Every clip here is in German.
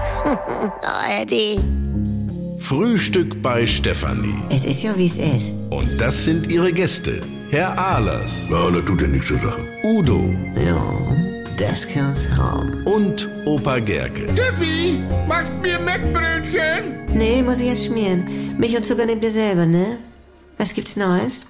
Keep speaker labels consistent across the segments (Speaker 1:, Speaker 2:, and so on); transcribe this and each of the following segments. Speaker 1: oh, Eddie.
Speaker 2: Frühstück bei Stefanie.
Speaker 1: Es ist ja, wie es ist.
Speaker 2: Und das sind ihre Gäste. Herr Ahlers,
Speaker 3: Ja, das tut ja nichts zur Sache.
Speaker 2: Udo
Speaker 1: Ja, das kann's haben.
Speaker 2: und Opa Gerke.
Speaker 4: Steffi, machst mir Mettbrötchen?
Speaker 1: Nee, muss ich erst schmieren. Milch und Zucker nehmt ihr selber, ne? Was gibt's Neues?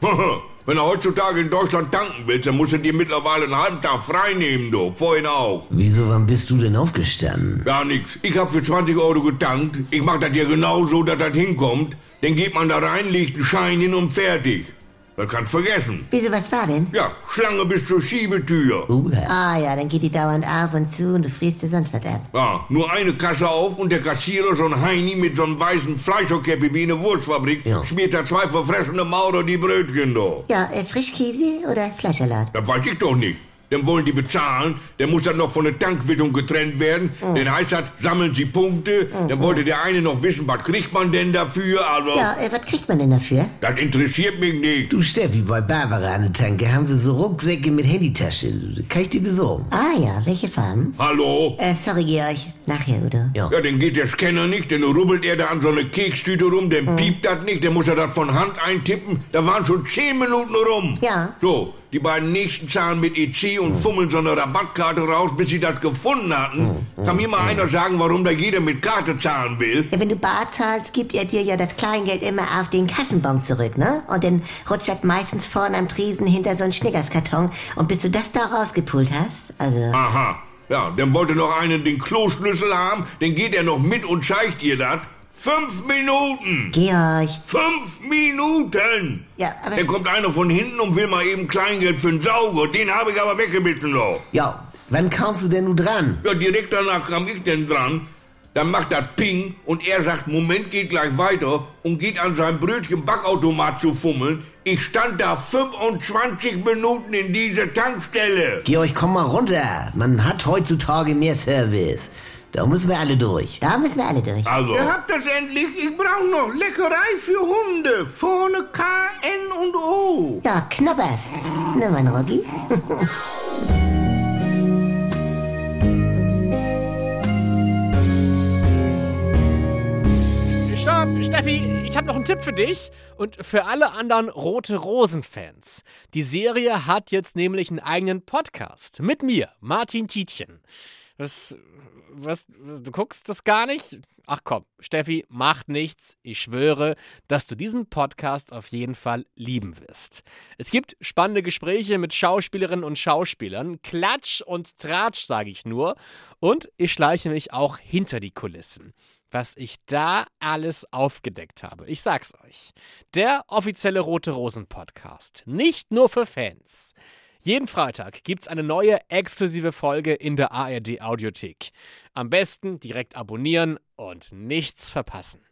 Speaker 3: Wenn du heutzutage in Deutschland tanken willst, dann musst du dir mittlerweile einen halben Tag frei nehmen, du. Vorhin auch.
Speaker 5: Wieso, wann bist du denn aufgestanden?
Speaker 3: Ja, nix. Ich hab für 20 Euro getankt. Ich mach das ja genau so, dass das hinkommt. Dann geht man da rein, legt einen Schein hin und fertig. Das kannst vergessen.
Speaker 1: Wieso, was war denn?
Speaker 3: Ja, Schlange bis zur Schiebetür.
Speaker 5: Uha.
Speaker 1: Ah ja, dann geht die dauernd auf und zu und du frierst dir sonst was ab.
Speaker 3: Ja, nur eine Kasse auf und der Kassierer, so ein Heini mit so einem weißen Fleischerkäppi wie eine Wurstfabrik,
Speaker 5: Ja.
Speaker 3: schmiert da zwei verfressene Maurer die Brötchen da.
Speaker 1: Ja, äh, Frischkäse oder Fleischsalat?
Speaker 3: Das weiß ich doch nicht. Dann wollen die bezahlen, dann muss das noch von der Tankwittung getrennt werden,
Speaker 1: Hm.
Speaker 3: dann heißt das, sammeln sie Punkte, dann wollte der eine noch wissen, was kriegt man denn dafür, also,
Speaker 1: Ja, äh, was kriegt man denn dafür?
Speaker 3: das interessiert mich nicht.
Speaker 5: Du Steffi, bei Barbara an der Tanke haben sie so Rucksäcke mit Handytasche. Kann ich dir besorgen?
Speaker 1: Ah ja, welche Farben?
Speaker 3: Hallo?
Speaker 1: Äh, sorry, Georg. Nachher, Udo.
Speaker 5: Ja.
Speaker 3: Ja, dann geht der Scanner nicht, dann rubbelt er da an so eine Kekstüte rum, dann
Speaker 1: Hm.
Speaker 3: piept das nicht, dann muss er das von Hand eintippen, da waren schon zehn Minuten rum.
Speaker 1: Ja. Hm.
Speaker 3: So, die beiden nächsten zahlen mit EC und fummeln so eine Rabattkarte raus, bis sie das gefunden hatten.
Speaker 1: Hm,
Speaker 3: Kann mir mal einer sagen, warum da jeder mit Karte zahlen will?
Speaker 1: Ja, wenn du bar zahlst, gibt er dir ja das Kleingeld immer auf den Kassenbon zurück, ne? Und dann rutscht das meistens vorne am Tresen hinter so einen Schnickerskarton. Und bis du das da rausgepult hast, also...
Speaker 3: Aha. Ja, dann wollte noch einen den Kloschlüssel haben, dann geht er noch mit und zeigt ihr das. Fünf Minuten!
Speaker 1: Georg,
Speaker 3: Fünf Minuten!
Speaker 1: Ja, aber-
Speaker 3: Dann kommt einer von hinten und will mal eben Kleingeld für den Sauger. Den habe ich aber weggebissen, doch.
Speaker 5: Ja, wann kamst du denn nun dran?
Speaker 3: Ja, direkt danach kam ich denn dran. Dann macht das Ping und er sagt, Moment, geht gleich weiter und geht an sein Brötchen-Backautomat zu fummeln. Ich stand da 25 Minuten in dieser Tankstelle.
Speaker 5: Georg, komm mal runter. Man hat heutzutage mehr Service. Da müssen wir alle durch.
Speaker 1: da müssen wir alle durch.
Speaker 3: Also,
Speaker 4: Ihr habt das endlich. Ich brauch noch Leckerei für Hunde. Vorne K, N und O.
Speaker 1: Ja, Knoppers. Ne, mein Rocky?
Speaker 6: Stopp, Steffi, ich habe noch einen Tipp für dich und für alle anderen Rote Rosen-Fans. Die Serie hat jetzt nämlich einen eigenen Podcast mit mir, Martin Tietjen. Was, was, was, du guckst das gar nicht? Ach komm, Steffi, macht nichts. Ich schwöre, dass du diesen Podcast auf jeden Fall lieben wirst. Es gibt spannende Gespräche mit Schauspielerinnen und Schauspielern. Klatsch und Tratsch, sage ich nur. Und ich schleiche mich auch hinter die Kulissen was ich da alles aufgedeckt habe. Ich sag's euch. Der offizielle Rote Rosen Podcast. Nicht nur für Fans. Jeden Freitag gibt's eine neue exklusive Folge in der ARD Audiothek. Am besten direkt abonnieren und nichts verpassen.